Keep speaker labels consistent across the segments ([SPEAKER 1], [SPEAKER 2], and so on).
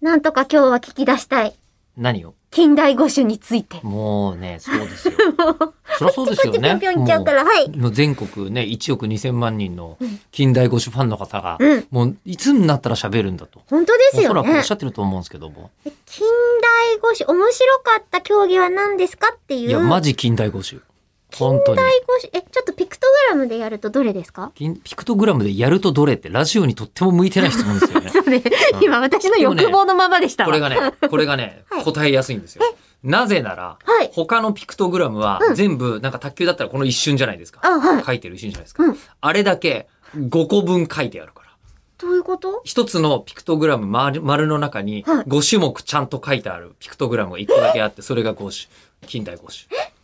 [SPEAKER 1] なんとか今日は聞き出したい。
[SPEAKER 2] 何を
[SPEAKER 1] 近代五種について。
[SPEAKER 2] もうね、そうですよ。そりゃそうですよ
[SPEAKER 1] こっちぴょ
[SPEAKER 2] ね
[SPEAKER 1] んぴょん。いっちゃうから、はい。
[SPEAKER 2] もう全国ね、1億2000万人の近代五種ファンの方が、
[SPEAKER 1] うん
[SPEAKER 2] もういつになったら喋るんだと。
[SPEAKER 1] 本当です
[SPEAKER 2] おそ
[SPEAKER 1] よ
[SPEAKER 2] らくおっ
[SPEAKER 1] ね
[SPEAKER 2] し。ゃってると思うんですけども。
[SPEAKER 1] 近代五種、面白かった競技は何ですかっていう。
[SPEAKER 2] いや、マジ近代五種。本当
[SPEAKER 1] 近
[SPEAKER 2] に。
[SPEAKER 1] 代五種、え、ちょっとピクトグラムでやるとどれですか
[SPEAKER 2] 近ピクトグラムでやるとどれってラジオにとっても向いてない質問ですよね。
[SPEAKER 1] そうね。
[SPEAKER 2] うん
[SPEAKER 1] 今私の欲望のままでしたわ。
[SPEAKER 2] これがね、これがね、
[SPEAKER 1] はい
[SPEAKER 2] 答えやすいんですよ。なぜなら、
[SPEAKER 1] はい
[SPEAKER 2] 他のピクトグラムは全部、なんか卓球だったらこの一瞬じゃないですか。
[SPEAKER 1] あ、はい。
[SPEAKER 2] 書いてる一瞬じゃないですか。
[SPEAKER 1] うん。
[SPEAKER 2] あれだけ5個分書いてあるから。
[SPEAKER 1] どういうこと
[SPEAKER 2] 一つのピクトグラム丸丸の中に
[SPEAKER 1] はい
[SPEAKER 2] 5種目ちゃんと書いてあるピクトグラムが1個だけあって、それが5種。近代5種。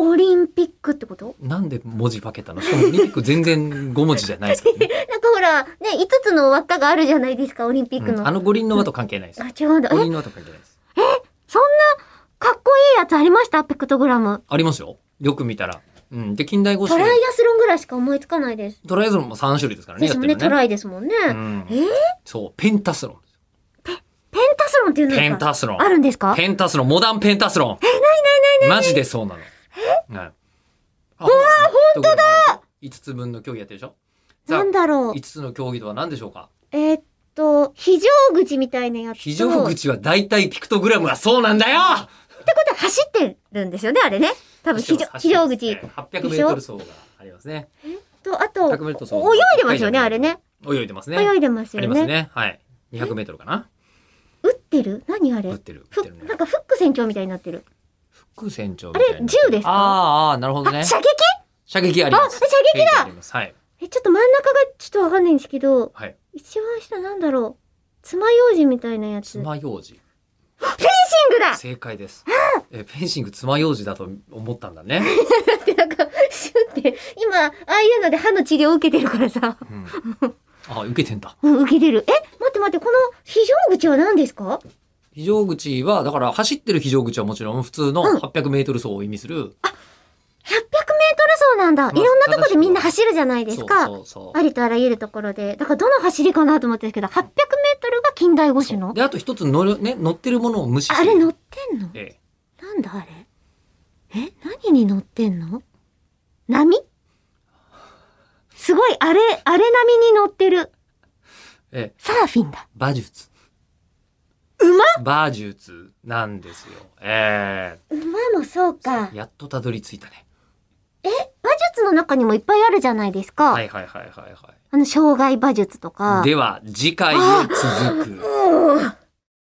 [SPEAKER 1] オリンピックってこと
[SPEAKER 2] なんで文字化けたのしかもオリンピック全然5文字じゃないですからね。
[SPEAKER 1] なんかほら、ね、5つの輪っかがあるじゃないですか、オリンピック
[SPEAKER 2] う
[SPEAKER 1] の。
[SPEAKER 2] んあの五輪の輪と関係ないです。
[SPEAKER 1] あ違うんだ。え、
[SPEAKER 2] 五輪の輪と関係ないです。
[SPEAKER 1] そんな、かっこいいやつありましたピクトグラム。
[SPEAKER 2] ありますよ。よく見たら。うん。で、近代五
[SPEAKER 1] ト
[SPEAKER 2] 種
[SPEAKER 1] ラ。イアスロンぐらいしか思いつかないです。
[SPEAKER 2] トライアスロンも3種類ですからね、
[SPEAKER 1] で
[SPEAKER 2] や
[SPEAKER 1] す
[SPEAKER 2] って
[SPEAKER 1] もん
[SPEAKER 2] るの
[SPEAKER 1] ね、
[SPEAKER 2] ね。
[SPEAKER 1] トライですもんね。
[SPEAKER 2] うん
[SPEAKER 1] えー
[SPEAKER 2] そう、ペンタスロン。
[SPEAKER 1] ペンタスロンっていうの
[SPEAKER 2] ペンタスロン
[SPEAKER 1] あるんですか
[SPEAKER 2] ペンタスロン、モダンペンタスロン。え、ないないないマジでそうなの。えはい。うわ本当だ !5 つ分の競技やってるでしょさ
[SPEAKER 1] なんだろ
[SPEAKER 2] あ、
[SPEAKER 1] う
[SPEAKER 2] 5。つの競技とは何でしょうか
[SPEAKER 1] えーっと、非常口みたいなやつと。
[SPEAKER 2] 非常口は大体ピクトグラムはそうなんだよ
[SPEAKER 1] ことは走ってるんですよね、あれね。多分非常、非常口。
[SPEAKER 2] 800メートル走がありますね。
[SPEAKER 1] と、あと、泳
[SPEAKER 2] 100メートル走
[SPEAKER 1] いでますよね、あれね。
[SPEAKER 2] 泳いでますね。
[SPEAKER 1] 泳いでます
[SPEAKER 2] あ
[SPEAKER 1] よ
[SPEAKER 2] り
[SPEAKER 1] ね。
[SPEAKER 2] ますね。はい。200メートルかな
[SPEAKER 1] 打ってる何あれ
[SPEAKER 2] 打ってる。打
[SPEAKER 1] ふ
[SPEAKER 2] ってるね
[SPEAKER 1] な。んかフック船長みたいになってる。
[SPEAKER 2] 副船長みたいな。
[SPEAKER 1] あれ銃ですか
[SPEAKER 2] あーあー、なるほどね
[SPEAKER 1] あ、。射撃
[SPEAKER 2] 射撃あります。
[SPEAKER 1] あ射撃だ
[SPEAKER 2] ありますはい。
[SPEAKER 1] え、ちょっと真ん中がちょっとわかんないんですけど、
[SPEAKER 2] はい。
[SPEAKER 1] 一番下なんだろう。爪楊枝みたいなやつ。フェンシン
[SPEAKER 2] 爪楊枝。
[SPEAKER 1] グだ
[SPEAKER 2] 正解です。え、フェンシング爪楊枝だと思ったんだね。
[SPEAKER 1] ってなんか、シュって、今、ああいうので歯の治療を受けてるからさ。
[SPEAKER 2] うん。あ、受けてんだ。
[SPEAKER 1] うん、受けてる。え、待って待って、この非常口は何ですか
[SPEAKER 2] 非常口は、だから走ってる非常口はもちろん普通の
[SPEAKER 1] うん
[SPEAKER 2] 800メートル走を意味する。
[SPEAKER 1] ?100 メートル走なんだ。い
[SPEAKER 2] まあ
[SPEAKER 1] ろんなとこでみんな走るじゃないですか。
[SPEAKER 2] そうそう
[SPEAKER 1] あ
[SPEAKER 2] そう
[SPEAKER 1] りとあらゆるところで。だからどの走りかなと思ったんですけど、800メートルが近代五種の
[SPEAKER 2] で、あと一つ乗る、ね、乗ってるものを無視する。
[SPEAKER 1] あれ乗ってんの
[SPEAKER 2] ええ
[SPEAKER 1] なんだあれえ何に乗ってんの波すごい、あれ、あれ波に乗ってる。
[SPEAKER 2] ええ、
[SPEAKER 1] サーフィンだ。
[SPEAKER 2] 馬術。
[SPEAKER 1] 馬
[SPEAKER 2] 馬術なんですよ。え
[SPEAKER 1] 馬もそうか
[SPEAKER 2] え。やっとたどり着いたね。
[SPEAKER 1] 馬術の中にもいっぱいあるじゃないですか。
[SPEAKER 2] はいはいはいはいは
[SPEAKER 1] あの、障害馬術とか。
[SPEAKER 2] い。では、次回に続く。
[SPEAKER 1] うー